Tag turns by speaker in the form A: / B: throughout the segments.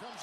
A: Comes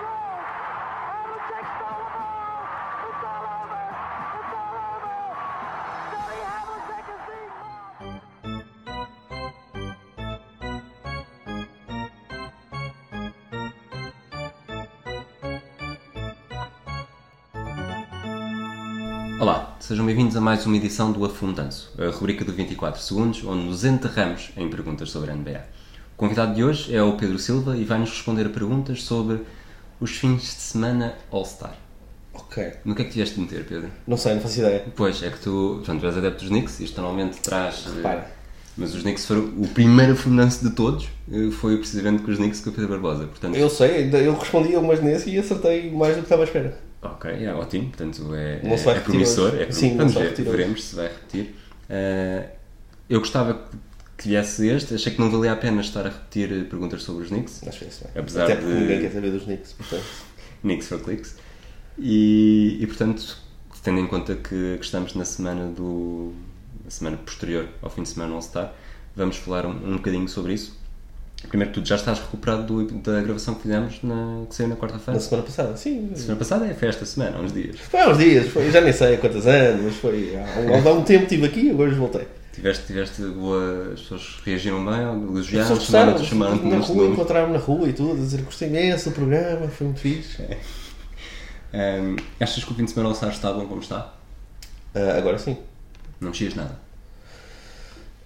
B: goes. Havlicek stole the ball. It's all over. It's all over. Johnny Havlicek is being mobbed.
C: Olá, sejam bem-vindos a mais uma edição do Afundanço, a rubrica de 24 segundos, onde nos enterramos em perguntas sobre a NBA. O convidado de hoje é o Pedro Silva e vai-nos responder a perguntas sobre os fins de semana All-Star.
D: Ok.
C: No que é que tiveste de meter, Pedro?
D: Não sei, não faço ideia.
C: Pois, é que tu, portanto, tu és adepto dos Knicks, isto normalmente traz... eh,
D: Repara.
C: Mas os Knicks foram o primeiro afundanço de todos, eh, foi precisamente com os Knicks que o Pedro Barbosa, portanto...
D: Eu sei, ainda- eu respondi algumas nesse e acertei mais do que estava à espera.
C: Ok, é ótimo, portanto é,
D: Não
C: é-
D: se vai
C: é
D: repetir
C: promissor,
D: hoje.
C: é
D: Sim, não
C: vamos
D: se vai
C: ver,
D: repetir hoje.
C: veremos se vai repetir. Ah, eu gostava que- que viesse este, achei que não valia a pena estar a repetir eh, perguntas sobre os Knicks,
D: Acho que é isso, não é?
C: Apesar
D: Até porque
C: de-
D: ninguém quer saber dos Knicks, portanto.
C: Knicks for Clicks, e, e, portanto, tendo em conta que, que estamos na semana do na semana posterior ao fim de semana All-Star, vamos falar um, um bocadinho sobre isso. Primeiro que tudo, já estás recuperado do- da gravação que fizemos, na, que saiu na quarta-feira?
D: Na semana passada, sim.
C: Semana passada é, foi esta semana, há uns dias.
D: Foi há uns dias, foi, eu já nem sei há quantos anos, mas foi há um, há um tempo estive aqui e agora voltei.
C: Tiveste, tiveste boa, as pessoas reagiram bem, é?
D: As
C: elogiaram,
D: pessoas
C: chamaram,
D: gostaram,
C: chamaram
D: na rua, encontraram-me na rua e tudo, a dizer gostei imenso do programa, foi muito fixe.
C: Achas que o fim de semana ao está bom como está?
D: Ah, agora sim.
C: Não mexias nada.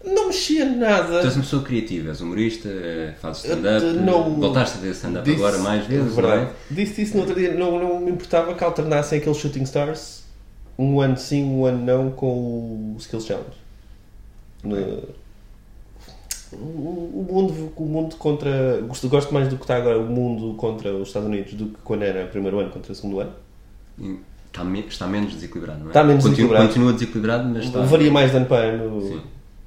D: Não mexia
C: Tu
D: nada.
C: és uma pessoa criativa, és humorista, eh, fazes
D: Eu
C: stand-up,
D: te- não-
C: voltaste a fazer stand-up
D: Disse-
C: agora mais vezes, não
D: verdade.
C: é?
D: Disse isso no outro dia, não, não me importava que alternassem aqueles shooting stars, um ano sim, um ano não, com o Skills Challenge. No- O, o mundo, o mundo contra. Gosto, gosto mais do que está agora o mundo contra os Estados Unidos do que quando era o primeiro ano contra o segundo ano.
C: E Está, me- está menos desequilibrado, não é?
D: Está menos
C: Continua-
D: desequilibrado.
C: Continua desequilibrado, mas está...
D: Varia mais de ano para ano
C: Sim.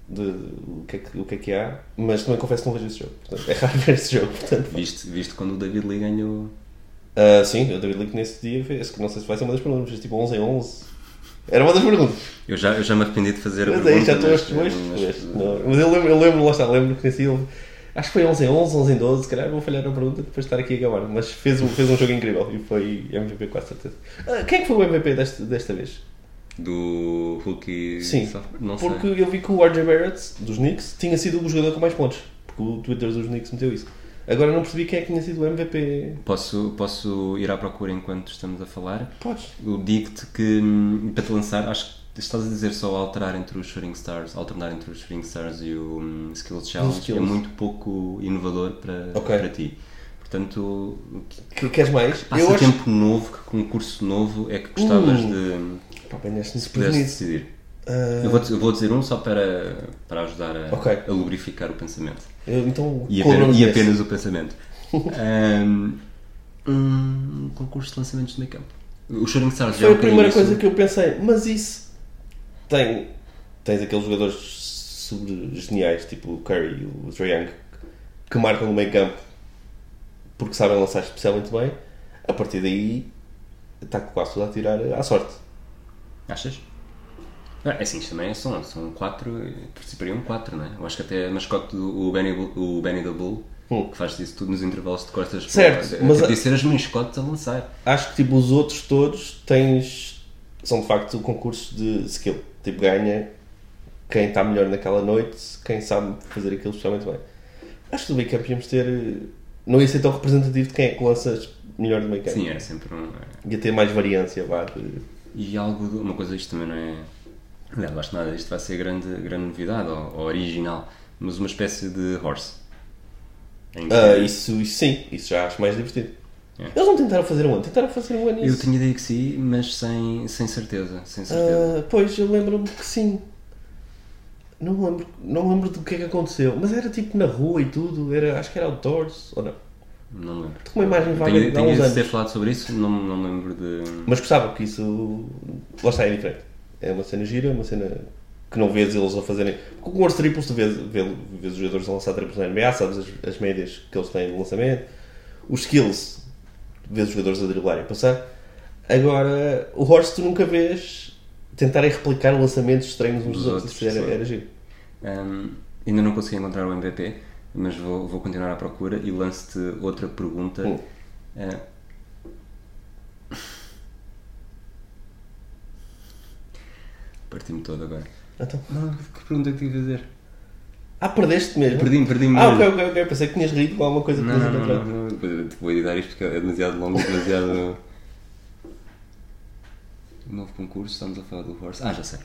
D: de, o, que é que, o que é que há, mas também confesso que não vejo esse jogo. Portanto, é raro ver esse jogo. Portanto,
C: Viste, viste quando o David Lee ganhou...
D: Ah, sim, o David Link nesse dia fez, que não sei se vai ser uma das perguntas, mas tipo 11 em 11. Era uma das perguntas.
C: Eu já, eu já me arrependi de fazer a
D: Mas aí já
C: pergunta,
D: estou a
C: mas-
D: exposto.
C: mas-
D: Não, Mas eu lembro, eu lembro, lá está, lembro que nesse dia ele- Acho que foi 11 em 11, 11 em 12, se calhar vou falhar a pergunta depois de estar aqui a acabar. Mas fez um, fez um jogo incrível e foi MVP com a certeza. Ah, quem é que foi o MVP desta, desta vez?
C: Do Hulk
D: Sim,
C: não sei.
D: porque eu vi que o RJ Barrett, dos Knicks, tinha sido o jogador com mais pontos. Porque o Twitter dos Knicks meteu isso. Agora não percebi quem é que tinha sido o MVP.
C: Posso, posso ir à procura enquanto estamos a falar?
D: Podes.
C: Eu digo-te que hum, para te lançar, acho que estás a dizer só alterar entre os Shooting Stars, alternar entre os Shooting Stars e o hum, Skills Challenge é
D: Skills.
C: muito pouco inovador para,
D: Ok.
C: para ti. Portanto, que
D: Que queres mais? eu acho. Uh,
C: passatempo novo, que concurso novo é que gostavas de
D: Pá, apanhaste-me
C: se pudesse
D: desprevenido.
C: decidir.
D: Ah,
C: Eu vou, eu vou dizer um só para, para ajudar a,
D: Ok.
C: a lubrificar o pensamento.
D: Eu, então,
C: E
D: colaboramos
C: apenas, e
D: nesse.
C: apenas o pensamento. Ahm, um, concurso de lançamentos de meio campo. O Shooting Stars já é
D: Foi
C: um
D: a primeira
C: bocadinho
D: coisa
C: isso.
D: que eu pensei, mas isso tem. Tens aqueles jogadores sobre geniais, tipo o Curry e o Trae Young, que marcam no meio campo porque sabem lançar especialmente bem. A partir daí, está quase tudo a tirar à sorte.
C: Achas? Ah, é assim, isto também é são, são quatro, eh, participariam quatro, não é? Eu acho que até a mascote do o Benny, Bu- o Benny the Bull,
D: Hum.
C: que faz isso tudo nos intervalos de costas.
D: Certo,
C: para,
D: mas
C: podia
D: a-
C: ser as mascotes a lançar.
D: Acho que tipo, os outros todos tens. são de facto o concurso de skill. Tipo, ganha quem está melhor naquela noite, quem sabe fazer aquilo especialmente bem. Acho que do meio campo íamos ter. eh, Não ia ser tão representativo de quem é que lanças melhor do meio campo.
C: Sim, era sempre um. eh,
D: Ia ter mais variância, vá. de-
C: E algo, de- uma coisa, isto também não é. Aliás, acho que nada, isto vai ser grande, grande novidade, ou, ou original, mas uma espécie de horse. Em que-
D: Ah, isso, isso sim, isso já acho mais divertido.
C: É.
D: Eles não tentaram fazer um ano, tentaram fazer um ano
C: Eu
D: isso.
C: tinha ideia que sim, mas sem, sem certeza. Sem certeza.
D: Ah, pois, eu lembro-me que sim. Não me lembro, não me lembro do que é que aconteceu, mas era tipo na rua e tudo, era, acho que era outdoors, ou não?
C: não me lembro.
D: com uma Ah, imagem vaga de
C: Tenho,
D: há
C: tenho
D: uns
C: de
D: anos.
C: ter falado sobre isso, não, não lembro de.
D: Mas gostava que isso. Lá está, é diferente. É uma cena gira, uma cena que não vês eles a fazerem. Com o triplos, tu vês, vês, vês os jogadores a lançar triplos na NBA, sabes as, as médias que eles têm de lançamento, os skills, vês os jogadores a driblar e a passar. Agora, o Horst, tu nunca vês tentarem replicar lançamentos estranhos uns dos
C: Dos
D: outros.
C: outros,
D: Era,
C: sim.
D: era giro.
C: Ahm, ainda não consegui encontrar o MVP, mas vou, vou continuar à procura e lanço-te outra pergunta.
D: Hum.
C: Ah, Parti-me todo agora.
D: Então,
C: Não, Ah, que pergunta é que tive a dizer?
D: ah, perdeste mesmo.
C: Perdi-me, perdi-me.
D: Ah, ok, ok, ok. Pensei que tinhas rido com alguma coisa que
C: Não, não,
D: tinhas
C: não,
D: encontrado.
C: não, não. Vou editar isto porque é demasiado longo, demasiado. Novo concurso, estamos a falar do Horse. Ah, já sei.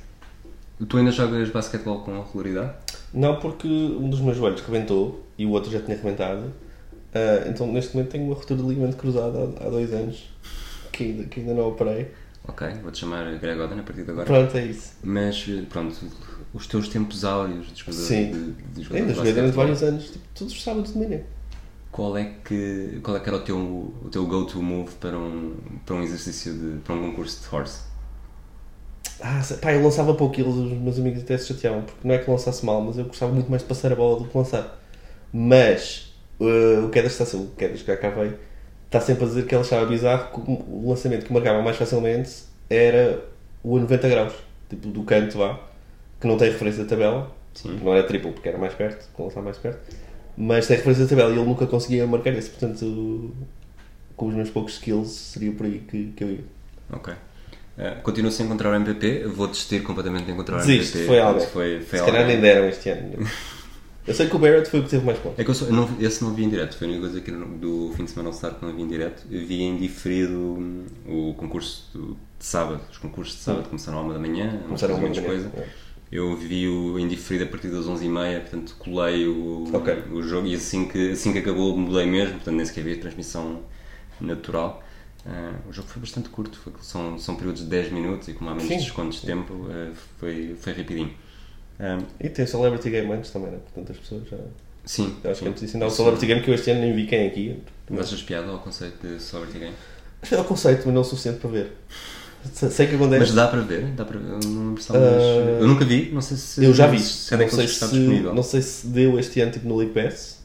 C: Tu ainda jogas basquetebol com regularidade?
D: Não, porque um dos meus joelhos rebentou e o outro já tinha rebentado. Ah, então, neste momento, tenho uma ruptura de ligamento cruzado há, há dois anos que ainda, que ainda não operei.
C: Ok, vou-te chamar Greg Oden a partir de agora.
D: Pronto, é isso.
C: Mas eh, pronto, os teus tempos áureos de jogador
D: Sim.
C: de, de jogador
D: Ainda
C: de
D: joguei durante
C: basquetebol,
D: vários anos, tipo, todos os sábados de manhã.
C: Qual é que qual é que era o teu o teu go-to move para um para um exercício de para um concurso de horse?
D: Ah, se- pá, eu lançava pouco e eles, os meus amigos até se chateavam, porque não é que lançasse mal, mas eu gostava muito mais de passar a bola do que lançar. Mas eh, o Kedas está sempre, o Kedas que cá veio, está sempre a dizer que ele achava bizarro que o- o lançamento que marcava mais facilmente era o a 90 graus, tipo do canto vá, que não tem referência da tabela,
C: Sim.
D: não era triplo porque era mais perto, que lançava mais perto, mas tem referência da tabela e ele nunca conseguia marcar esse, portanto, com os meus poucos skills seria por aí que, que eu ia.
C: Ok. Eh, continuo sem encontrar o MVP, vou desistir completamente de encontrar
D: Desiste,
C: o MVP.
D: foi algo.
C: Foi, foi
D: Se
C: alguém.
D: calhar nem deram este ano. Eu sei que o Barrett foi o que teve mais pontos.
C: É que eu só, eu não, esse não vi em direto, foi a única coisa que eu não- do fim de semana ao start que não vi em direto. Eu vi em diferido hum, o concurso do- de sábado. Os concursos de sábado começaram à uma da manhã, umas
D: Hum. Começaram
C: coisas,
D: à uma
C: menos
D: da manhã, é.
C: coisa. Eu vi o em diferido a partir das 11h30, portanto colei o,
D: Ok.
C: o jogo e assim que, assim que acabou mudei mesmo, portanto nem sequer vi a transmissão natural. Ah, o jogo foi bastante curto, foi- são, são períodos de 10 minutos e como há menos
D: Sim.
C: descontos de tempo, ah, foi, foi rapidinho. Ah,
D: E tem o Celebrity Game antes também, né? Portanto, as pessoas já. Eu
C: sim,
D: acho que
C: sim.
D: antes disso ainda há o Celebrity Game que eu este ano nem vi quem é aqui.
C: Mas as piadas ao conceito de Celebrity Game.
D: Acho que é o conceito, mas não o suficiente para ver. Se- Sei que
C: Mas
D: acontece.
C: dá para ver, dá para ver. Eu, não me impressão,
D: Ah,
C: mas eu nunca vi, não sei se.
D: eu já vi.
C: Se é
D: não, sei
C: daqueles que está
D: se,
C: disponível.
D: não sei se deu este ano tipo no League Pass,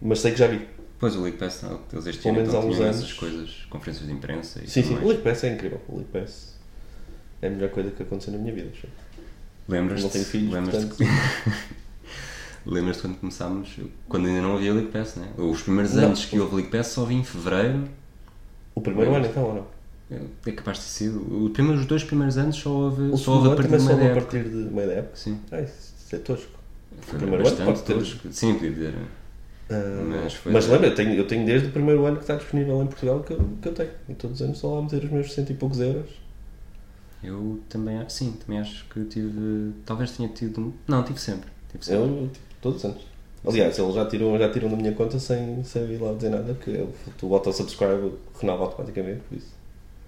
D: mas sei que já vi.
C: Pois o League Pass, não, eles este
D: Pelo
C: ano
D: menos há
C: então,
D: uns
C: tinham
D: anos.
C: essas coisas, conferências de imprensa e
D: Sim,
C: tudo
D: sim. O
C: mais.
D: League Pass é incrível. O League Pass é a melhor coisa que aconteceu na minha vida. acho.
C: Lembras-te?
D: Não tenho filhos,
C: lembras-te que- Lembras-te quando começámos, quando ainda não havia League Pass, né? Os primeiros
D: Não.
C: anos que houve League Pass só vi em fevereiro.
D: O primeiro ano, então, ou não?
C: É capaz de ter sido. O primeiro, os dois primeiros anos só houve,
D: O
C: só houve a
D: segundo ano
C: partir
D: também
C: de
D: só
C: uma
D: houve a
C: época.
D: partir de meia da época.
C: Sim,
D: Ah, isso é tosco.
C: foi
D: primeiro ano
C: bastante
D: pode ter- Ah,
C: tosco. Sim, podia dizer.
D: mas
C: Mas foi-
D: lembra, eu tenho, eu tenho desde o primeiro ano que está disponível em Portugal que eu, que eu tenho. E todos os anos estou lá a meter os meus cento e poucos euros.
C: Eu também acho, sim, também acho que tive. Talvez tenha tido. um- Não, tive sempre. Tive sempre.
D: Eu, tipo, todos os anos. Aliás, eles já tiram, já tiram da minha conta sem, sem eu ir lá dizer nada, que eu, tu bota o subscribe, renova automaticamente, por isso.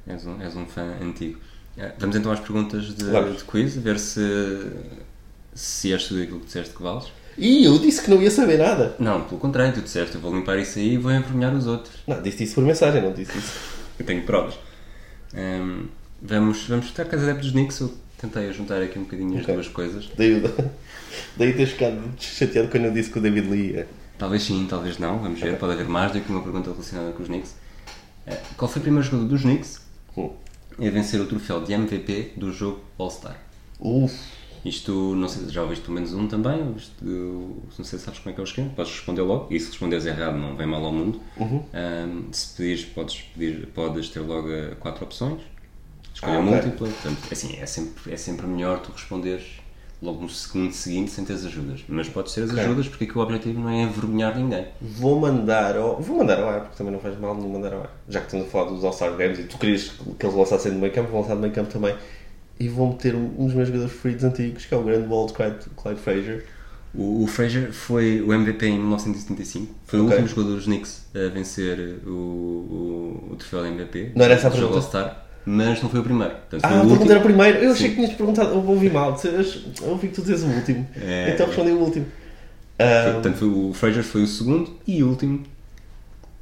C: És, um, és um fã antigo. Eh, Vamos então às perguntas de,
D: Vamos.
C: de quiz, ver se. Se és tudo aquilo que disseste que vales.
D: Ih, eu disse que não ia saber nada!
C: Não, pelo contrário, tu disseste, eu vou limpar isso aí e vou envergonhar os outros.
D: Não, disse isso por mensagem, não disse isso.
C: Eu tenho provas. Ehm, vamos, vamos estar com as adeptos Knicks, eu tentei juntar aqui um bocadinho as
D: Ok.
C: duas coisas.
D: Daí, daí teres ficado chateado quando eu disse que o David Lee é ia.
C: Talvez sim, talvez não, vamos ver, pode haver mais do que uma pergunta relacionada com os Knicks. Eh, Qual foi o primeiro jogador dos Knicks
D: Hum.
C: a É vencer o troféu de MVP do jogo All-Star?
D: Uf,
C: Isto, não sei, já ouviste pelo menos um também, ouviste, uh, não sei se sabes como é que é o esquema, podes responder logo, e se responderes errado não vem mal ao mundo.
D: Uhum.
C: Um, se pedires, podes, pedir, podes ter logo uh, quatro opções, escolha
D: Ah, ok.
C: múltipla, portanto, assim, é sempre, é sempre melhor tu responderes logo no segundo seguinte sem teres ajudas, mas podes ter as
D: Ok.
C: ajudas porque aqui o objetivo não é envergonhar ninguém.
D: vou mandar ao. Vou mandar ao ar, porque também não faz mal nenhum mandar ao ar. Já que estamos a falar dos All-Star Games e tu querias que eles lançassem do meio campo, vão lançar do meio campo também. E vou meter um, um dos meus jogadores preferidos antigos, que é o grande Walt Clyde, Clyde Frazier.
C: O, o Fraser foi o MVP em 1975, foi o
D: Ok.
C: último jogador dos Knicks a vencer o, o, o troféu de MVP.
D: Não era essa a
C: do jogo
D: pergunta?
C: All-Star, mas não foi o primeiro. Portanto, foi
D: Ah,
C: o
D: a pergunta
C: último.
D: era o primeiro. Eu achei
C: Sim.
D: que tinhas perguntado. Eu ouvi mal. Tu- Eu ach- eu ouvi que tu dizes o último.
C: É.
D: Então respondi o último.
C: Foi-
D: Ah,
C: Portanto, foi o Fraser foi o segundo e último,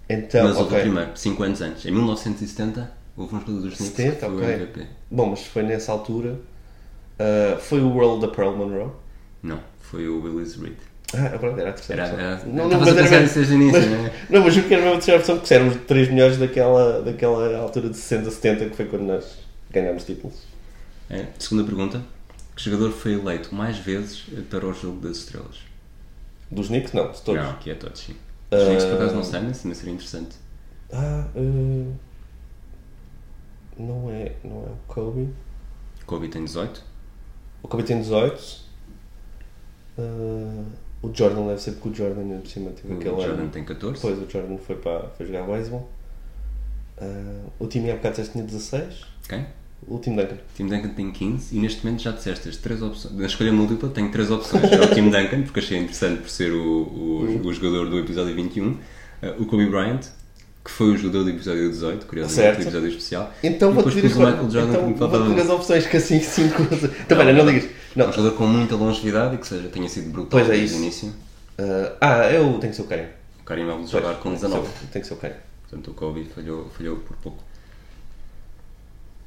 D: então,
C: mas houve o
D: ok.
C: primeiro, 5 anos antes. Em 1970, houve um jogador dos Knicks que
D: 70,
C: foi o
D: ok.
C: MVP.
D: Bom, mas foi nessa altura Ah, foi o World da Pearl Monroe.
C: Não, foi o Willis Reed.
D: Ah, é verdade, era a terceira
C: Era-
D: opção.
C: era- estavas a
D: mas
C: pensar
D: era-
C: nisso desde o início,
D: mas-
C: né?
D: Não, mas eu quero mesmo a terceira opção, porque eram os três melhores daquela, daquela altura de 60, 70, que foi quando nós ganhámos títulos.
C: É, segunda pergunta. Que jogador foi eleito mais vezes para o jogo das estrelas?
D: Dos Knicks, não, de todos.
C: Não, que é todos, sim. Os Knicks por acaso não sabem, mas seria interessante.
D: Ah, eh, não, é, não é o Kobe.
C: Kobe tem 18.
D: O Kobe tem 18. Ah, o Jordan deve ser porque o Jordan ainda por cima teve
C: O
D: aquele
C: Jordan
D: ano.
C: tem 14.
D: Depois o Jordan foi, para, foi jogar beisebol. Ah, o time há bocado disseste que tinha 16.
C: Quem?
D: O time Duncan.
C: Tim Duncan tem 15 e neste momento já disseste as três opções. Na escolha múltipla tenho três opções. É o Tim Duncan, porque achei interessante por ser o, o, o jogador do episódio 21. eh, o Kobe Bryant, que foi o jogador do episódio 18, curiosamente,
D: Certo.
C: do episódio especial.
D: Então
C: e depois
D: vou-te dizer
C: pus o Michael Jordan, que me
D: então,
C: faltava
D: vou
C: um.
D: as opções que assim cinco. Então, não, não digas. Não.
C: Um jogador com muita longevidade e que seja, tenha sido brutal
D: Pois é
C: desde o
D: isso.
C: início.
D: Ah, ah, eu tenho que ser o Karen.
C: O Karim Abdul-Jabbar com 19.
D: Tem que ser o Karen.
C: Portanto, o Kobe falhou, falhou por pouco.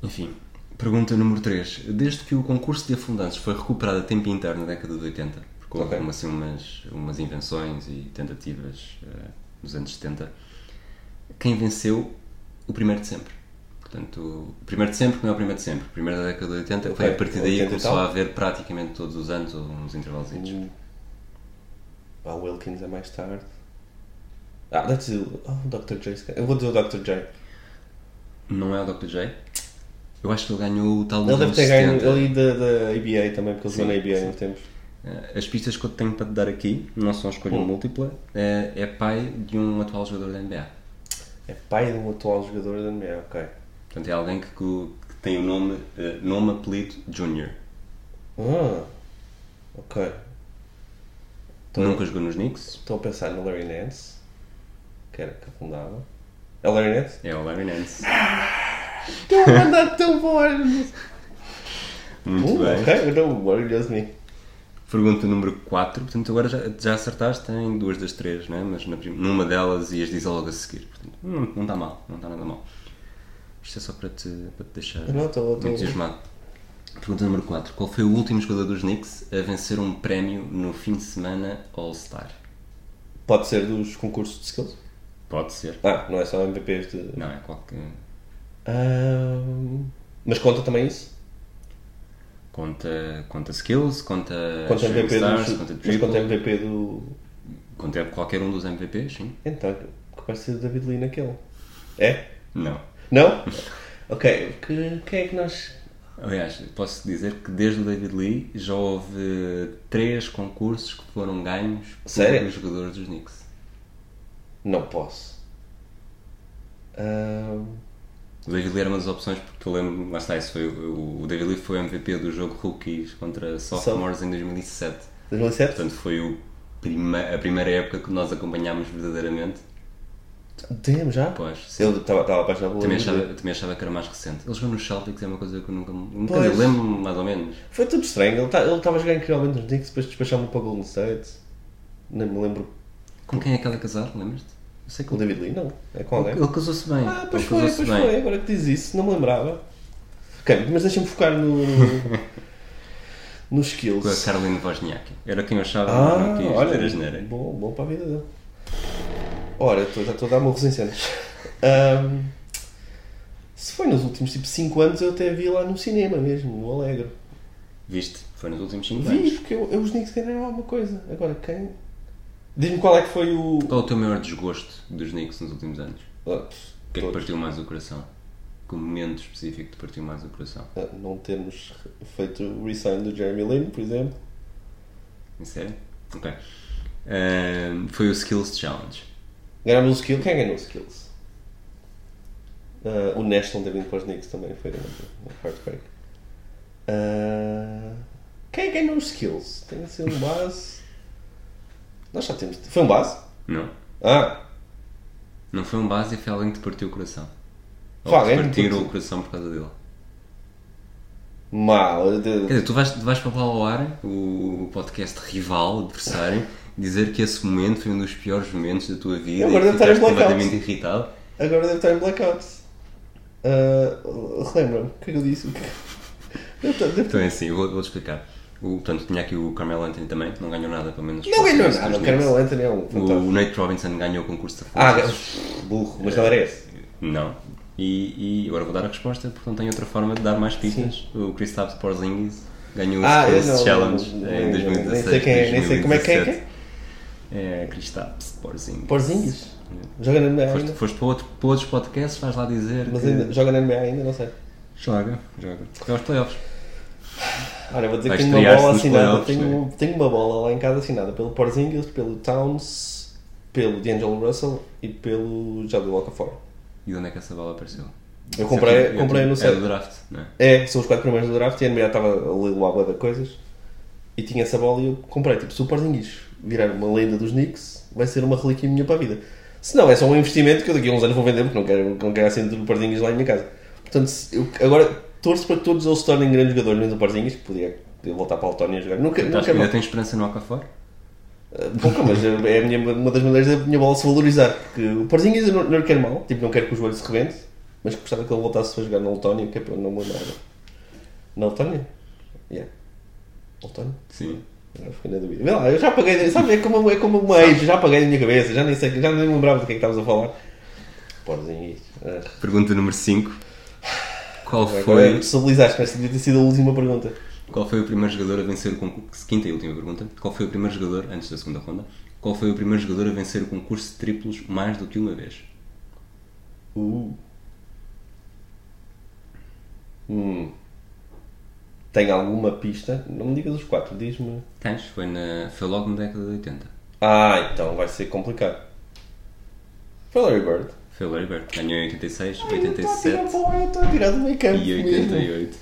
C: Enfim, pergunta número 3. Desde que o concurso de afundantes foi recuperado a tempo inteiro na década de 80, porque houve
D: Ok.
C: uma- assim, umas, umas invenções e tentativas eh, nos anos 70, quem venceu o primeiro de sempre? Portanto, o primeiro de sempre não é o primeiro de sempre. O primeiro da década de 80 foi
D: Ok,
C: a partir daí
D: 80
C: que
D: e
C: começou
D: tal. Hum.
C: a haver praticamente todos os anos ou uns intervalos.
D: Ah, o Wilkins é mais tarde. Ah, deve ser o ah, o Dr. J. se calhar. Eu vou dizer o Dr. J.
C: Não é o Dr. J? Eu acho que ele ganhou o tal
D: Ele
C: Um dos
D: deve
C: anos
D: ter ganho
C: 70.
D: ali da, da ABA também, porque ele jogou na
C: Sim,
D: ABA
C: sim.
D: nos tempos.
C: Eh, As pistas que eu tenho para te dar aqui não são escolha múltipla, eh, é pai de um atual jogador da NBA.
D: É pai de um atual jogador da NBA, ok.
C: Portanto, é alguém que, co- que tem o nome, eh, nome apelido Junior.
D: Ah, ok.
C: Nunca jogou nos Knicks,
D: Estou a pensar no Larry Nance, que era que afundava. É o Larry Nance?
C: é o Larry Nance.
D: Estou a mandar tão bom!
C: Muito
D: Uh,
C: bem.
D: ok, não, maravilhoso me.
C: Pergunta número 4. Portanto, agora já, já acertaste em duas das três, né? mas na prim- numa delas ias dizer logo a seguir. Portanto, não, não está mal, não está nada mal. Isto é só para te, para te deixar
D: Não, estou-
C: muito
D: estou-
C: entusiasmado. Pergunta número 4. Qual foi o último jogador dos Knicks a vencer um prémio no fim de semana All-Star?
D: Pode ser dos concursos de skills?
C: Pode ser.
D: Ah, não é só MVPs de.
C: Não, é qualquer.
D: Ahm, mas conta também isso?
C: Conta, conta skills, conta.
D: Conta
C: shooting
D: MVP
C: É, stars,
D: dos.
C: conta
D: mas
C: dribble,
D: conta
C: conta,
D: MVP do.
C: qualquer um dos MVPs, sim?
D: Então, que parece ser o David Lee naquele. É?
C: Não.
D: Não? ok, que, quem é que nós.
C: Aliás, posso dizer que desde o David Lee já houve três concursos que foram ganhos
D: Sério?
C: pelos jogadores dos Knicks.
D: Não posso. Ah, Ahm,
C: O David Lee era uma das opções porque eu lembro, lá está, isso foi, o, o David Lee foi o MVP do jogo Rookies contra Sophomores em 2007.
D: 2007?
C: Portanto, foi o prime- a primeira época que nós acompanhámos verdadeiramente.
D: Damn, já?
C: Pois, sim.
D: Eu estava apaixonado pelo
C: Também
D: David
C: achava,
D: Lee.
C: também achava que era mais recente. Ele jogou nos Celtics, é uma coisa que eu nunca me.
D: Pois.
C: Quer dizer, lembro-me mais ou menos.
D: Foi tudo estranho. Ele tá- ele estava a jogar incrivelmente nos Knicks, depois despachava-me para o Golden State. Nem me lembro.
C: Com quem é que ela casar, lembras-te? Eu sei que
D: Com o
C: ele,
D: David Lee, não. É com alguém.
C: ele casou-se bem.
D: Ah, pois
C: ele
D: foi,
C: casou-se
D: pois
C: Então bem.
D: foi. Agora que diz isso, não me lembrava. Ok, mas deixa-me focar no. nos
C: Com a
D: skills.
C: Caroline Wozniak. Era quem eu achava, mas
D: Ah,
C: não quis
D: olha,
C: ter a geneira.
D: bom, bom para a vida dele. Ora, tô- já estou a dar morros incêndios. Ahm, se foi nos últimos tipo 5 anos, eu até vi lá no cinema mesmo, no Alegro.
C: Viste? Foi nos últimos 5
D: Vi,
C: anos.
D: porque eu, eu os Knicks ganharam alguma coisa. Agora, quem? Diz-me qual é que foi o.
C: Qual o teu maior desgosto dos Knicks nos últimos anos?
D: Ah,
C: O que é que
D: todos.
C: partiu mais o coração? Que momento específico te partiu mais o coração?
D: Ah, não termos feito o resign do Jeremy Lin, por exemplo.
C: Em sério? Ok. Ahm, foi o Skills Challenge.
D: Ganhámos o Skills. Quem ganhou o Skills? Ah, o National ter vindo para os Knicks também foi um, um heartbreak. Ah, quem ganhou os Skills? Tem de ser um base. Nós já temos. Foi um base?
C: Não.
D: Ah!
C: Não foi um base, foi alguém que te partiu o coração. Ou
D: Foi
C: que
D: alguém
C: te
D: que me
C: partiram
D: partiu.
C: o coração por causa dele.
D: Mal! eu
C: Quer
D: de-
C: dizer, tu vais, tu vais para lá ao ar, o, o podcast rival, adversário, dizer que esse momento foi um dos piores momentos da tua vida
D: Agora
C: e que
D: deve estar em
C: ficaste
D: blackout.
C: completamente irritado.
D: Agora deve estar em blackout. Ah, Relembra-me o que é que eu disse? O que-
C: Então é assim, eu vou- vou-te explicar. O, portanto, tinha aqui o Carmelo Anthony também, que não ganhou nada, pelo menos.
D: Não ganhou
C: nesse
D: nada. O
C: torneio.
D: Carmelo Anthony é um
C: O
D: fantástico.
C: Nate Robinson ganhou o concurso de
D: Ah,
C: forças.
D: burro, mas não era esse.
C: Não. E, e agora vou dar a resposta, porque não tenho outra forma de dar mais pistas. O Kristaps Porzingis ganhou
D: Ah,
C: o
D: eu
C: Spurs
D: não-
C: Challenge
D: não-
C: em
D: nem-
C: 2016.
D: nem sei quem é, nem sei como é que é,
C: 2017. É Kristaps Porzingis.
D: Porzinhos. Joga na NBA
C: Foste, É.
D: ainda.
C: foste para, outro, para outros podcasts, vais lá dizer
D: Mas
C: que...
D: ainda, joga na NBA ainda, não sei.
C: Joga, joga. É aos playoffs.
D: Olha, vou dizer
C: Vai
D: que tenho uma
C: estrear-se
D: bola
C: nos
D: assinada.
C: playoffs, né?
D: Tenho, um, tenho uma bola lá em casa assinada pelo Porzingis, pelo Towns, pelo D'Angelo Russell e pelo Jadu Okafor.
C: E onde é que essa bola apareceu?
D: Eu comprei,
C: Eu-
D: comprei no
C: É do
D: set.
C: draft, não é?
D: É, são os quatro primeiros do draft e a NBA estava a leiloar de coisas e tinha essa bola e eu comprei. Tipo, se o Porzingis virar uma lenda dos Knicks, vai ser uma relíquia minha para a vida. Se não, é só um investimento que eu daqui a uns anos vou vender porque não quero, assim não quero a cena do Porzingis lá em minha casa. Portanto, se- eu agora torço para que todos eles se tornem grandes jogadores, menos o Porzingis, que podia voltar para a Letónia a jogar. Nunca,
C: Então, acho
D: nunca
C: que ainda
D: mal.
C: tens esperança no Okafor?
D: Pouca, mas é a minha- uma das maneiras da minha bola se valorizar. Porque o Porzingis eu não, não lhe quero mal, tipo, não quero que o joelho se rebente, mas gostava que ele voltasse a jogar na Letónia, que é para não me lembrar. Na Letónia? Yeah. Letónia?
C: Sim.
D: Agora fiquei na dúvida. Vê lá, eu já paguei, sabe, é como, é como uma ex, já paguei na minha cabeça, já nem sei, já nem me lembrava do que é que estavas a falar. Porzingis. ah. é
C: Pergunta número 5. Qual
D: Agora
C: foi
D: estabilizaste, mas devia ter sido a última pergunta.
C: Qual foi o primeiro jogador a vencer o concurso? Quinta e última pergunta. Qual foi o primeiro jogador, antes da segunda ronda, qual foi o primeiro jogador a vencer o concurso de triplos mais do que uma vez?
D: Uh. Hum. Tem alguma pista? Não me digas os quatro, diz-me.
C: Tens? Foi, na, foi logo na década de 80.
D: Ah, então vai ser complicado. Foi Larry Bird.
C: Foi o Larry Bird. Ganhou em 86,
D: tá Eu
C: 87
D: estou a tirar do meio campo.
C: e
D: mesmo.
C: 88.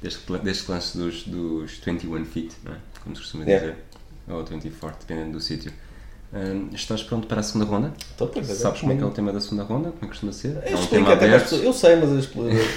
C: Desde que, desde que lance dos, dos 21 feet, não é? como se costuma
D: Yeah.
C: dizer. Ou 24, dependendo do sítio. Hum, estás pronto para a segunda ronda?
D: Estou, pois, agora
C: Sabes como é que é o
D: comendo.
C: tema da segunda ronda? Como é que costuma ser?
D: Eu
C: é um
D: explico
C: tema
D: até para as
C: aberto.
D: pessoas- Eu sei, mas as-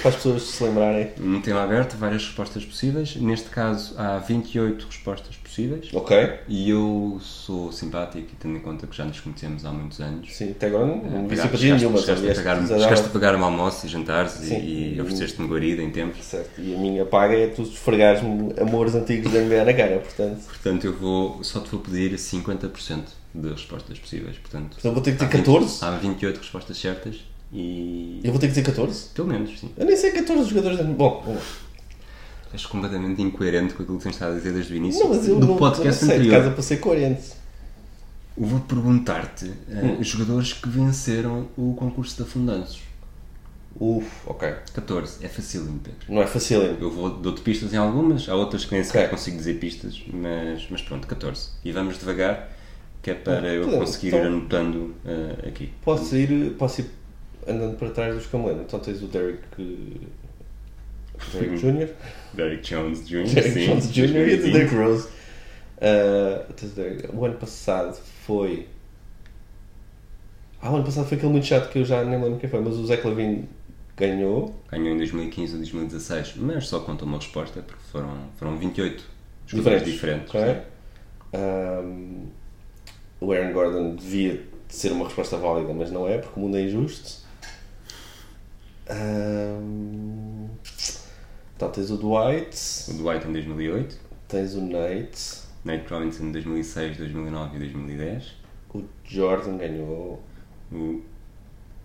D: para as pessoas se lembrarem.
C: Um tema aberto, várias respostas possíveis. Neste caso, há 28 respostas possíveis.
D: Ok.
C: E eu sou simpático, e tendo em conta que já nos conhecemos há muitos anos.
D: Sim, até agora não, não vi
C: É, Pegaste-
D: simpatia
C: chegaste-
D: nenhuma. só
C: chegaste a
D: vieste
C: pagar-me-
D: dizer, ah,
C: Chegaste a pagar-me almoços e jantares e-
D: Sim.
C: e, ofereceste-me guarida em tempos.
D: certo. E a minha paga é tu esfregares-me amores antigos da NBA na cara, portanto.
C: Portanto, eu vou, só te vou pedir 50% de respostas possíveis. Portanto,
D: Então vou ter que
C: há
D: ter
C: 20
D: 14?
C: Há 28 respostas certas e.
D: Eu vou ter que dizer 14?
C: Pelo menos, sim.
D: Eu nem sei 14 jogadores da Bom, bom.
C: És completamente incoerente com aquilo que tens estado a dizer desde o início
D: não, mas eu
C: do
D: não,
C: podcast
D: eu não sei,
C: anterior.
D: de casa para ser coerente.
C: Eu Vou perguntar-te eh,
D: Hum.
C: jogadores que venceram o concurso de afundanços.
D: Uf, ok.
C: 14, é facílimo, Pedro.
D: Não é fácil ainda.
C: Eu vou, dou-te pistas em algumas, há outras que nem sequer
D: Ok.
C: consigo dizer pistas, mas, mas pronto, 14. E vamos devagar, que é para eu
D: podemos,
C: conseguir
D: então.
C: ir anotando eh, aqui.
D: Posso ir, posso ir andando para trás dos cameleiros. Então tens o Derek. eh, Derek Jr.,
C: Derek Jones Jr.
D: Derek
C: sim,
D: Jones Jr. e o
C: 2020.
D: Derek Rose. Ah, tens o Derrick- o ano passado foi. Ah, o ano passado foi aquele muito chato que eu já nem lembro quem foi, mas o Zé Clavin ganhou.
C: Ganhou em 2015 ou 2016, mas só conta uma resposta, porque foram, foram 28 jogadores diferentes. né?
D: ok?
C: sim.
D: Um, o Aaron Gordon devia ser uma resposta válida, mas não é, porque o mundo é injusto. Um, então tens o Dwight,
C: O Dwight em 2008,
D: tens o Nate,
C: Nate Robinson em 2006, 2009 e 2010.
D: o Jordan ganhou.
C: O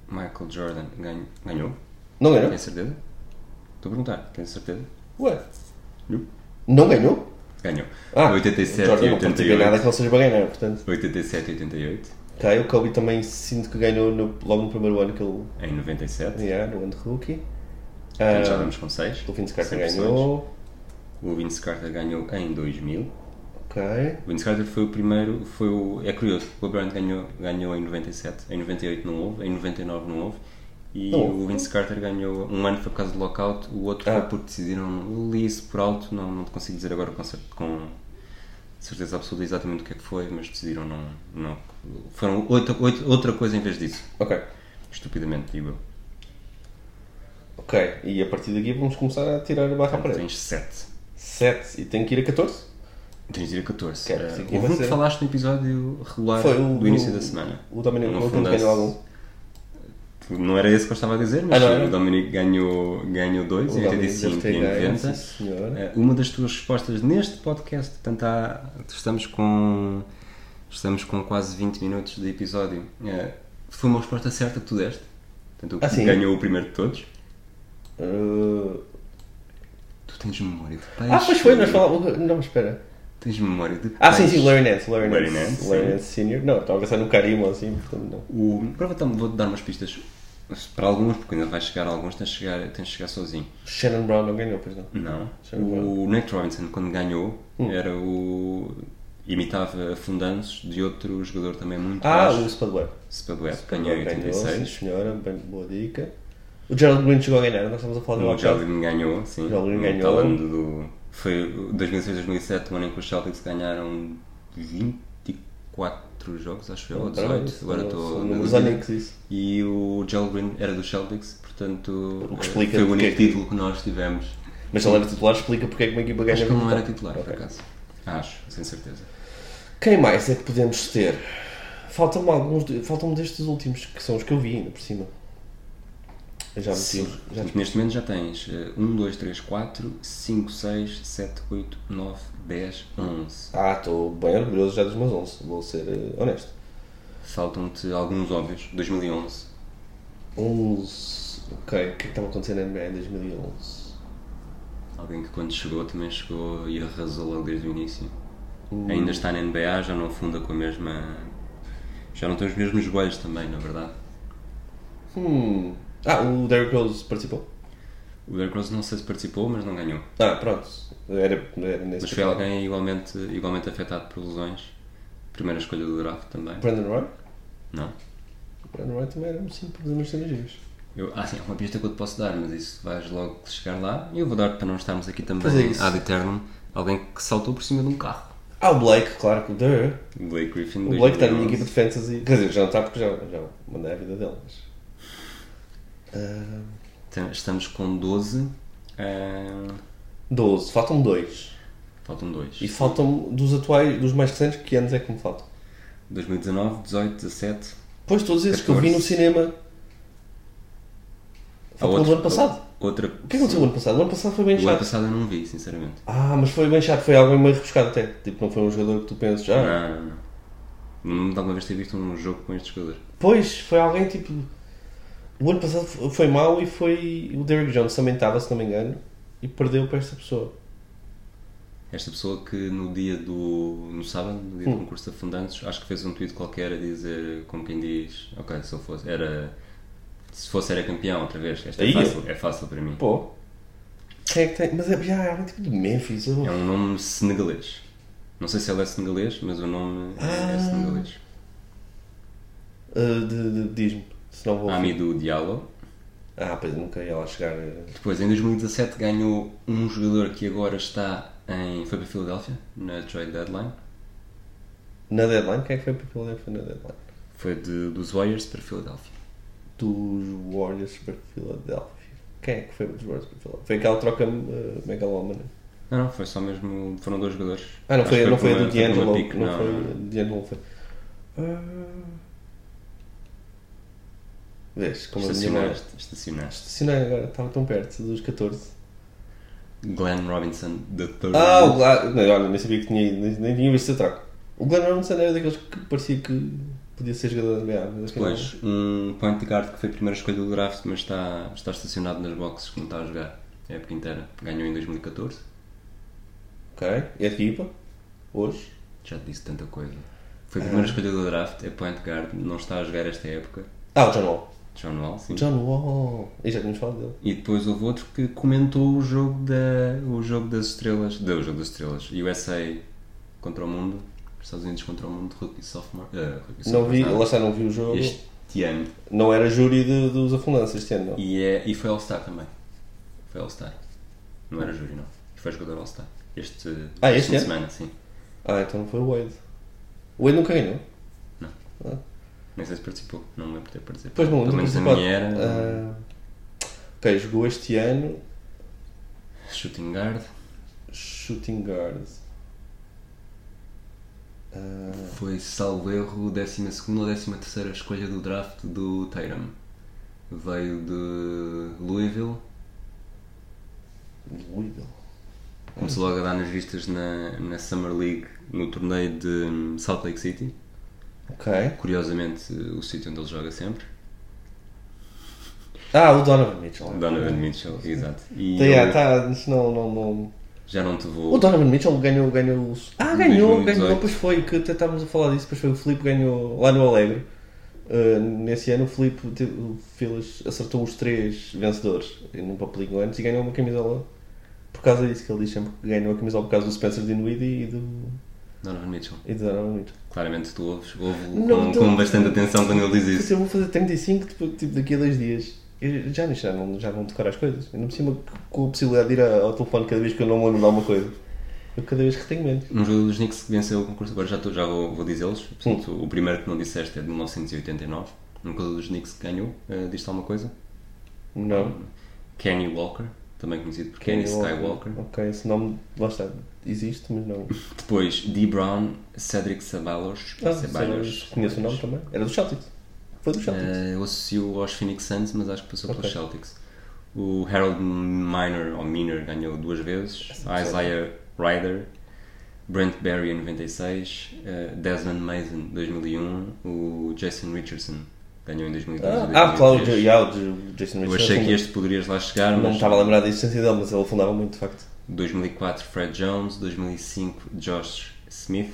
C: Michael Jordan ganho- ganhou?
D: Não ganhou?
C: Tem certeza? Estou a perguntar, tenho certeza?
D: Ué?
C: Não.
D: Não ganhou?
C: Ganhou.
D: Ah, o
C: 87
D: Jordan
C: e
D: não participa em nada é
C: 88.
D: que não seja para ganhar, portanto.
C: 87 e 88.
D: Ok, o Kobe também sinto que ganhou no- logo no primeiro ano que ele
C: Em 97.
D: yeah, no ano de rookie.
C: Portanto, já
D: Ah,
C: vamos com 6.
D: o Vince Carter ganhou.
C: O Vince Carter ganhou em 2000.
D: Ok.
C: O Vince Carter foi o primeiro, foi o, é curioso, o LeBron ganhou, ganhou em 97, em 98 não houve, em 99 não houve, e
D: Não houve.
C: o Vince Carter ganhou, um ano foi por causa do lockout, o outro
D: Ah.
C: foi porque decidiram, eu li isso por alto, não, não te consigo dizer agora com, cer- com certeza absoluta exatamente o que é que foi, mas decidiram não, não foram outra, outra- outra coisa em vez disso,
D: Ok.
C: estupidamente digo eu.
D: Ok. E a partir daqui vamos começar a tirar a barra à
C: Portanto,
D: parede.
C: tens 7.
D: 7 e tenho que ir a 14?
C: Tens de ir a 14.
D: Quero
C: Eh,
D: que fique
C: houve um que
D: você.
C: falaste no episódio regular
D: Foi o-
C: do início
D: o-
C: da semana.
D: O Dominic
C: Uma
D: Wilkins ganhou
C: fundança.
D: algum.
C: Não era esse que eu estava a dizer, mas
D: Ah, não, não.
C: o Dominic ganhou 2 ganhou dois,
D: O
C: em
D: Dominic
C: 85
D: deve
C: e
D: ter
C: em
D: ganho,
C: 90.
D: sim, senhora.
C: Eh, Uma das tuas respostas neste podcast, portanto, há- estamos com estamos com quase 20 minutos de episódio. Eh, Foi uma resposta certa que tu deste. Portanto, o
D: Ah,
C: que
D: sim?
C: ganhou o primeiro de todos.
D: Uh,
C: Tu tens memória de peixe.
D: Ah, pois foi, nós falávamos. Não, espera.
C: Tens memória de peixe.
D: Ah, sim, sim, Larry Nance. Larry Nance,
C: Larry
D: Larry
C: Nance,
D: Nance,
C: sim.
D: Sr. Não, estava a pensar no Karimo assim, portanto não.
C: O... Prova, então, vou-te dar umas pistas para alguns, porque ainda vais chegar a alguns, tens de chegar, tens de chegar sozinho.
D: Shannon Brown não ganhou, pois não.
C: Não.
D: Sim,
C: O Nate Robinson, quando ganhou,
D: Hum.
C: era o. imitava fundanços de outro jogador também muito
D: Ah, o
C: baixo.
D: Spadweb.
C: Spadweb ganhou em
D: Sim,
C: 86.
D: senhora, bem boa dica. O Gerald Green chegou a ganhar, nós estamos a falar do
C: O
D: Gerald
C: Jolin ganhou, sim.
D: Jolin
C: Não
D: ganhou.
C: falando do. Foi 2006-2007, o ano em que os Celtics ganharam 24 jogos, acho eu, ou 18. Agora estou. na
D: Os
C: dúvida.
D: Onyx, isso.
C: E o Joel Green era do Celtics, portanto eh,
D: O que explica
C: foi o
D: porque é
C: único
D: que-
C: título que nós tivemos.
D: Mas ele era titular, explica porque é que uma equipa ganha.
C: Acho que ele não era
D: muito.
C: titular, por
D: Ok.
C: acaso. Acho, sem certeza.
D: Quem mais é que podemos ter? Faltam-me alguns, de- faltam-me destes últimos, que são os que eu vi ainda por cima. Eu já meti,
C: Sim.
D: os- já
C: Portanto, neste momento já tens eh, 1, 2, 3, 4, 5, 6, 7, 8, 9, 10, 11.
D: Ah, estou bem orgulhoso já dos meus 11, vou ser eh, honesto.
C: Faltam-te alguns óbvios. 2011.
D: 11. Ok, o que é que estava acontecendo na NBA em 2011?
C: Alguém que quando chegou também chegou e arrasou logo desde o início. Ainda está na NBA, já não funda com a mesma. Já não tem os mesmos joelhos também, na verdade.
D: Hum. Ah, o Derrick Rose participou?
C: O Derrick Rose não sei se participou, mas não ganhou.
D: Ah, pronto. Era, era nesse
C: Mas foi
D: papel.
C: alguém igualmente, igualmente afetado por lesões. Primeira escolha do draft também.
D: Brandon Roy?
C: Não?
D: Brandon Roy também era um 5 por problemas estrangeiros.
C: Eu, ah, sim, é uma pista que eu te posso dar, mas isso vais logo chegar lá. E eu vou dar para não estarmos aqui também
D: Pois é isso.
C: ad eternum. Alguém que saltou por cima de um carro.
D: Ah, o Blake, claro que o Durr.
C: O Blake Griffin.
D: O Blake está na minha
C: 2011.
D: equipa de fantasy. Quer dizer, já não está porque já, já mandei a vida dele, mas. Ah,
C: Tem- Então, Estamos com 12. ah,
D: 12, faltam dois.
C: faltam dois.
D: E faltam dos atuais, dos mais recentes, que anos é que me faltam?
C: 2019, 18, 17.
D: Pois todos esses que eu vi no
C: 14.
D: cinema.
C: Há
D: Faltam do ano passado.
C: Outra,
D: O que é que aconteceu no ano passado? O ano passado foi bem
C: O ano
D: chato.
C: passado eu não vi, sinceramente.
D: Ah, mas foi bem chato, foi algo meio rebuscado até. Tipo, não foi um jogador que tu penses, ah,
C: Não, é? não, não. Não me lembro de alguma vez ter visto um jogo com este jogador.
D: Pois, foi alguém tipo. O ano passado f- foi mau e foi. O Derrick Jones também estava, se não me engano, e perdeu para esta pessoa.
C: Esta pessoa que no dia do. no sábado, no
D: Hum.
C: dia do concurso de afundantes, acho que fez um tweet qualquer a dizer, como quem diz, ok, se eu fosse, era. Se fosse era campeão outra vez, esta é
D: Aí eu-
C: fácil, é fácil para mim.
D: Pô. Quem é que tem. Mas é, já, é alguém tipo de Memphis. eu-
C: É um nome senegalês. Não sei se ele é senegalês, mas o nome é, é senegalês.
D: Ah, de, de, Diz-me, se não vou.
C: Amidou Diallo.
D: Ah, pois nunca ia lá chegar. eh,
C: Depois, em 2017, ganhou um jogador que agora está em. foi para a Filadélfia, na trade deadline.
D: Na deadline, quem é que foi para Filadélfia na deadline?
C: Foi de- dos Warriors para a Filadélfia.
D: Dos Warriors para Filadélfia. Quem é que foi dos Warriors para Filadélfia? Foi aquela troca uh, megalómana.
C: Não, não, foi só mesmo. foram dois jogadores.
D: Ah, não
C: Acho
D: foi,
C: que
D: não foi a
C: por
D: do
C: uma- por uma
D: D'Angelo.
C: pick,
D: Não foi a do D'Angelo. Foi. Ah. Vês como a minha mãe.
C: Estacionaste, estacionaste.
D: Estacionei agora, estava tão perto dos 14.
C: Glenn Robinson, the third.
D: Ah, o Glenn. Não, olha, nem sabia que tinha ido, nem, nem tinha visto esse traco. O Glenn Robinson era daqueles que parecia que podia ser jogador da NBA. mas afinal-
C: Depois, um point guard que foi a primeira escolha do draft, mas está, está estacionado nas boxes, que não está a jogar a época inteira. Ganhou em 2014.
D: Ok, e a equipa? Hoje?
C: Já te disse tanta coisa. Foi a primeira escolha do draft, é point guard, não está a jogar esta época.
D: Ah, o John Wall.
C: John Wall, sim.
D: John Wall. E já tínhamos falado dele.
C: E depois houve outro que comentou o jogo, da, o jogo das estrelas. Não, o jogo das estrelas. USA contra o mundo. Estados Unidos contra o mundo. Rookie sophomore. eh, rookie
D: Não
C: sophomore,
D: vi,
C: nada.
D: lá está, não vi o jogo.
C: Este ano.
D: Não era júri de- dos afundanças este ano, não.
C: E, é, e foi All-Star também. Foi All-Star. Não era júri, não. E foi jogador All-Star. Este,
D: Ah,
C: este fim
D: este
C: de
D: ano?
C: semana, sim.
D: Ah, então não foi o Wade. O Wade nunca ganhou.
C: Nem sei se participou. Não me lembro de ter participado.
D: Pois não,
C: Pelo
D: nunca
C: menos a
D: participou.
C: minha era.
D: Ah, ok, jogou este ano Ah.
C: Shooting guard.
D: Shooting Guard. Ah,
C: Foi, salvo erro, 12 ou 13 escolha do draft do Tatum. veio de Louisville,
D: Louisville.
C: começou logo a dar nas vistas na, na Summer League, no torneio de hum, Salt Lake City,
D: Ok.
C: curiosamente o sítio onde ele joga sempre,
D: Ah, o Donovan Mitchell.
C: Donovan Mitchell, exato. E
D: Tá,
C: ele-
D: yeah, tá, isso não, não, não.
C: já não te vou.
D: O Donovan Mitchell ganhou, ganhou o. Ah, ganhou,
C: 2018.
D: ganhou. Pois foi, que até estávamos a falar disso. Depois foi o Filipe ganhou lá no Alegre. Uh, nesse ano o Filipe teve- o Filas acertou os três vencedores num papelinho antes e ganhou uma camisola por causa disso que ele diz sempre que ganhou a camisola por causa do Spencer Dinwiddie e do,
C: Donovan Mitchell.
D: e do Donovan Mitchell.
C: Claramente tu ouves, ouve
D: Não,
C: com,
D: tô-
C: com bastante atenção quando ele diz isso.
D: Se eu vou fazer 35 tipo, tipo, daqui a dois dias, eu já, já, não, já não tocar as coisas. Ainda por cima com a possibilidade de ir a- ao telefone cada vez que eu não me lembro de alguma coisa. Eu cada vez retenho menos.
C: Um jogo dos Knicks que venceu o concurso, agora já, tô, já vou, vou dizê-los. Portanto, o primeiro que não disseste é de 1989. Um jogo dos Knicks que ganhou, eh, diz-te alguma coisa?
D: Não.
C: Kenny Walker, também conhecido por Kenny Skywalker.
D: Ok, esse nome, lá está, existe, mas não.
C: Depois D. Brown, Cedric Sabalos.
D: Ah, sei lá, mas conheço o nome também. Era do Celtics. Foi do Celtics.
C: Eh, eu associo aos Phoenix Suns, mas acho que passou pelos
D: Ok.
C: Celtics. O Harold Miner, ou Miner, ganhou duas vezes.
D: é
C: Isaiah Ryder, Brent Berry em 96, eh, Desmond Mason 2001, o Jason Richardson ganhou em 2002 e
D: ah, claro, o
C: 2003.
D: yeah, o J- Jason
C: Eu
D: Richardson.
C: achei que este poderias lá chegar,
D: Não me
C: mas
D: estava a lembrar da existência dele, mas ele fundava muito, de facto.
C: 2004 Fred Jones, 2005 Josh Smith,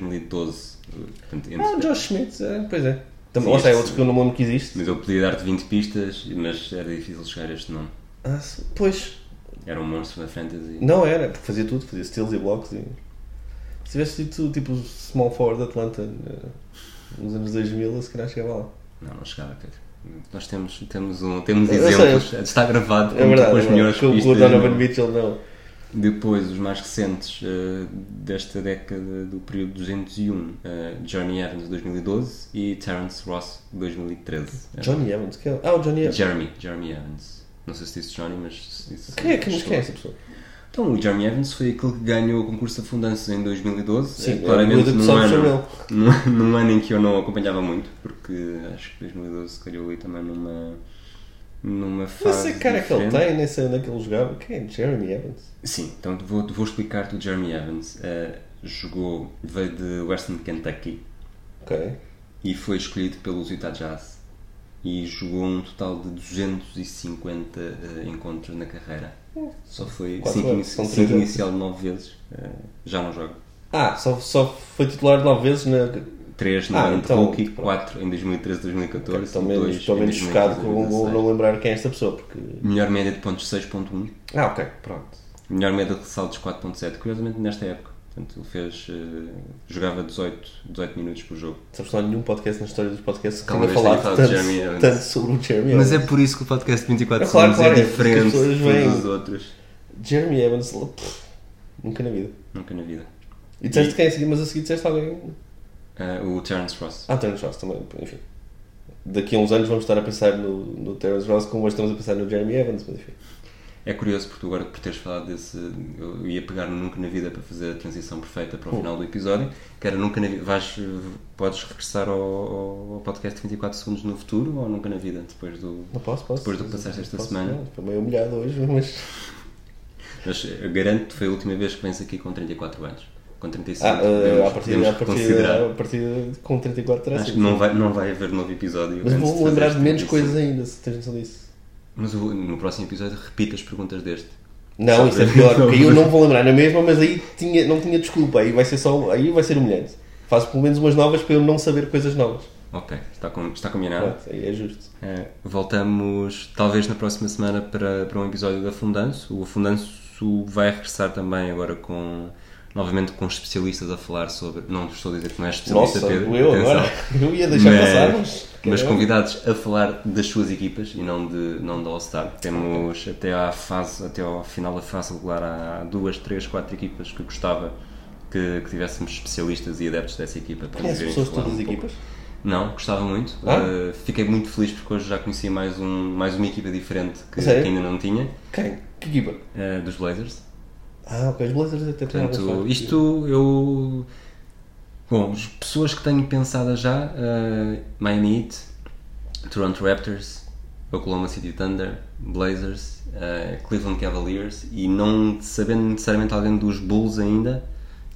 C: 2012. eh, Portanto, entre-
D: Ah, o Josh Schmidt, é, pois é. Também,
C: Sim,
D: lá está, é
C: este-
D: outro que eu não me lembro que existe.
C: Mas eu podia dar-te 20 pistas, mas era difícil chegar a este nome.
D: Ah, se- pois,
C: Era um monstro da fantasy.
D: Não era, porque fazia tudo, fazia steals e blocos e... Se tivesse sido tipo o small forward de Atlanta eh, nos anos 2000, eu se calhar chegava lá.
C: Não, não chegava, Pedro. Nós temos, temos, um, temos
D: Eu sei,
C: exemplos, está gravado
D: É
C: com-
D: verdade,
C: com
D: é
C: as melhores
D: verdade. Com, com o
C: pistas.
D: Donovan
C: não.
D: Mitchell não.
C: Depois, os mais recentes eh, desta década do período 201, eh, Johnny Evans 2012 e Terence Ross 2013. Eh,
D: Johnny Evans, que é? Ah, o Johnny Evans.
C: Jeremy, Jeremy Evans. Não sei se disse Johnny, mas se disse.
D: Quem é, que, mas quem é essa pessoa?
C: Então, o Jeremy Evans foi aquele que ganhou o concurso da Fundança em 2012.
D: Sim,
C: Eh,
D: é,
C: claramente
D: muita
C: num
D: pessoa sobre
C: ano, num, num ano em que eu não acompanhava muito, porque acho que 2012 calhou ali também numa, numa
D: Não
C: fase.
D: sei que cara é que ele
C: diferente.
D: tem, nem sei onde é que ele jogava. Quem é? Jeremy Evans?
C: Sim, então vou, vou explicar-te o Jeremy Evans. Eh, jogou, veio de Western Kentucky
D: Ok.
C: e foi escolhido pelos Utah Jazz e jogou um total de 250 eh, encontros na carreira. Só foi
D: É. Quatro
C: 5
D: anos, são trinta.
C: inicial de 9 vezes. eh, já não joga.
D: Ah, só, só foi titular nove vezes na...
C: 3 no
D: Ah,
C: ano
D: então,
C: de rookie,
D: pronto.
C: 4 em 2013 2014
D: Estou
C: e
D: menos,
C: dois
D: estou
C: em
D: menos chocado com
C: 2016.
D: com não lembrar quem é esta pessoa, porque...
C: Melhor média de pontos 6.1,
D: Ah, ok, pronto.
C: melhor média de ressaltos 4.7, curiosamente nesta época. Portanto, ele fez, eh, jogava 18, 18 minutos por jogo.
D: Sabes que não há nenhum podcast na história dos podcasts que
C: Talvez
D: tenha falado
C: tenha falado
D: tanto,
C: de Jeremy Evans.
D: tanto sobre o Jeremy Evans.
C: Mas é por isso que o podcast 24
D: É claro,
C: segundos
D: claro,
C: é
D: é porque as
C: diferente
D: pessoas
C: de
D: veem-
C: todos os outros.
D: Jeremy Evans, pff, nunca na vida.
C: Nunca na vida.
D: E disseste quem é a seguir, mas a seguir disseste alguém.
C: Ah, o Terence Ross.
D: Ah, Terence Ross também, enfim. Daqui a uns anos vamos estar a pensar no, no Terence Ross como hoje estamos a pensar no Jeremy Evans, mas enfim.
C: É curioso porque tu agora por teres falado desse. Eu ia pegar no Nunca na Vida para fazer a transição perfeita para o final do episódio, que era Nunca na Vida. Vais, eh, podes regressar ao, ao- ao podcast 24 segundos no futuro ou Nunca na Vida, depois do.
D: Não posso, posso.
C: Depois do que passaste esta
D: Posso,
C: semana.
D: não, Estou meio humilhado hoje, mas.
C: Mas eh, garanto foi a última vez que vens aqui com 34 anos. Com 35
D: Ah,
C: podemos,
D: ah, a partir,
C: podemos
D: a partir,
C: considerar.
D: a partir com 34 terá
C: Acho que
D: sido.
C: não vai, não vai haver novo episódio.
D: Mas
C: antes
D: vou
C: fazer
D: lembrar de
C: este
D: menos
C: 35.
D: coisas ainda, se tens noção disso.
C: Mas eu- no próximo episódio repito as perguntas deste.
D: Não, isso é
C: Sobre-
D: pior, porque aí eu não vou lembrar na mesma, mas aí tinha, não tinha desculpa, aí vai ser só. Aí vai ser humilhante. Faço pelo menos umas novas para eu não saber coisas novas.
C: Ok, está, com, está combinado.
D: Pronto, aí é justo.
C: Eh, voltamos talvez na próxima semana para, para um episódio do Afundanço. O Afundanço vai regressar também agora com novamente com especialistas a falar sobre. Não te estou a dizer que não é especialista,
D: Nossa,
C: Pedro.
D: eu
C: atenção.
D: agora. Eu ia deixar passar, mas. é?
C: mas
D: caramba.
C: convidados a falar das suas equipas e não de não da All-Star. Temos até à fase, até ao final da fase regular há duas, três, quatro equipas que eu gostava que, que tivéssemos especialistas e adeptos dessa equipa para
D: Conhece
C: poderem
D: pessoas de
C: falar
D: todas as
C: um pouco.
D: equipas?
C: Não, gostava muito.
D: Ah?
C: Uh, fiquei muito feliz porque hoje já conheci mais, um, mais uma equipa diferente que,
D: Sério?
C: que ainda não tinha,
D: Quem? Que equipa?
C: uh, dos Blazers.
D: Ah, ok, os Blazers até têm
C: Portanto, isto eu. Bom, as eh, pessoas que tenho pensada já: uh, Miami Heat, Toronto Raptors, Oklahoma City Thunder, Blazers, eh, Cleveland Cavaliers e não sabendo necessariamente alguém dos Bulls ainda,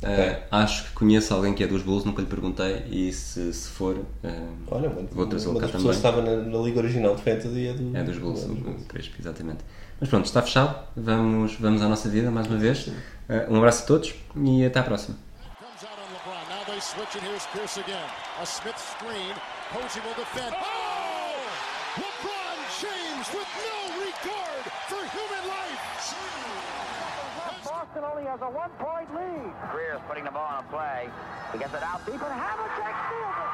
C: eh, acho que conheço alguém que é dos Bulls, nunca lhe perguntei e se, se for, eh,
D: Olha, mano,
C: vou trazê-lo
D: uma
C: cá
D: das
C: também.
D: pessoas estava na, na liga original de Fantasy é do.
C: É dos Bulls,
D: é
C: o Crespo, exatamente. Mas pronto, está fechado, vamos, vamos à nossa vida mais uma vez. Eh, um abraço a todos e até à próxima.
A: Comes out on LeBron. Now they switch, and here's Pierce again. A Smith screen. Posey will defend. Oh! LeBron James with no regard for human life.
E: Boston only has a one-point lead.
B: Greer's putting the ball on a play. He gets it out deep, and Havlicek steals it.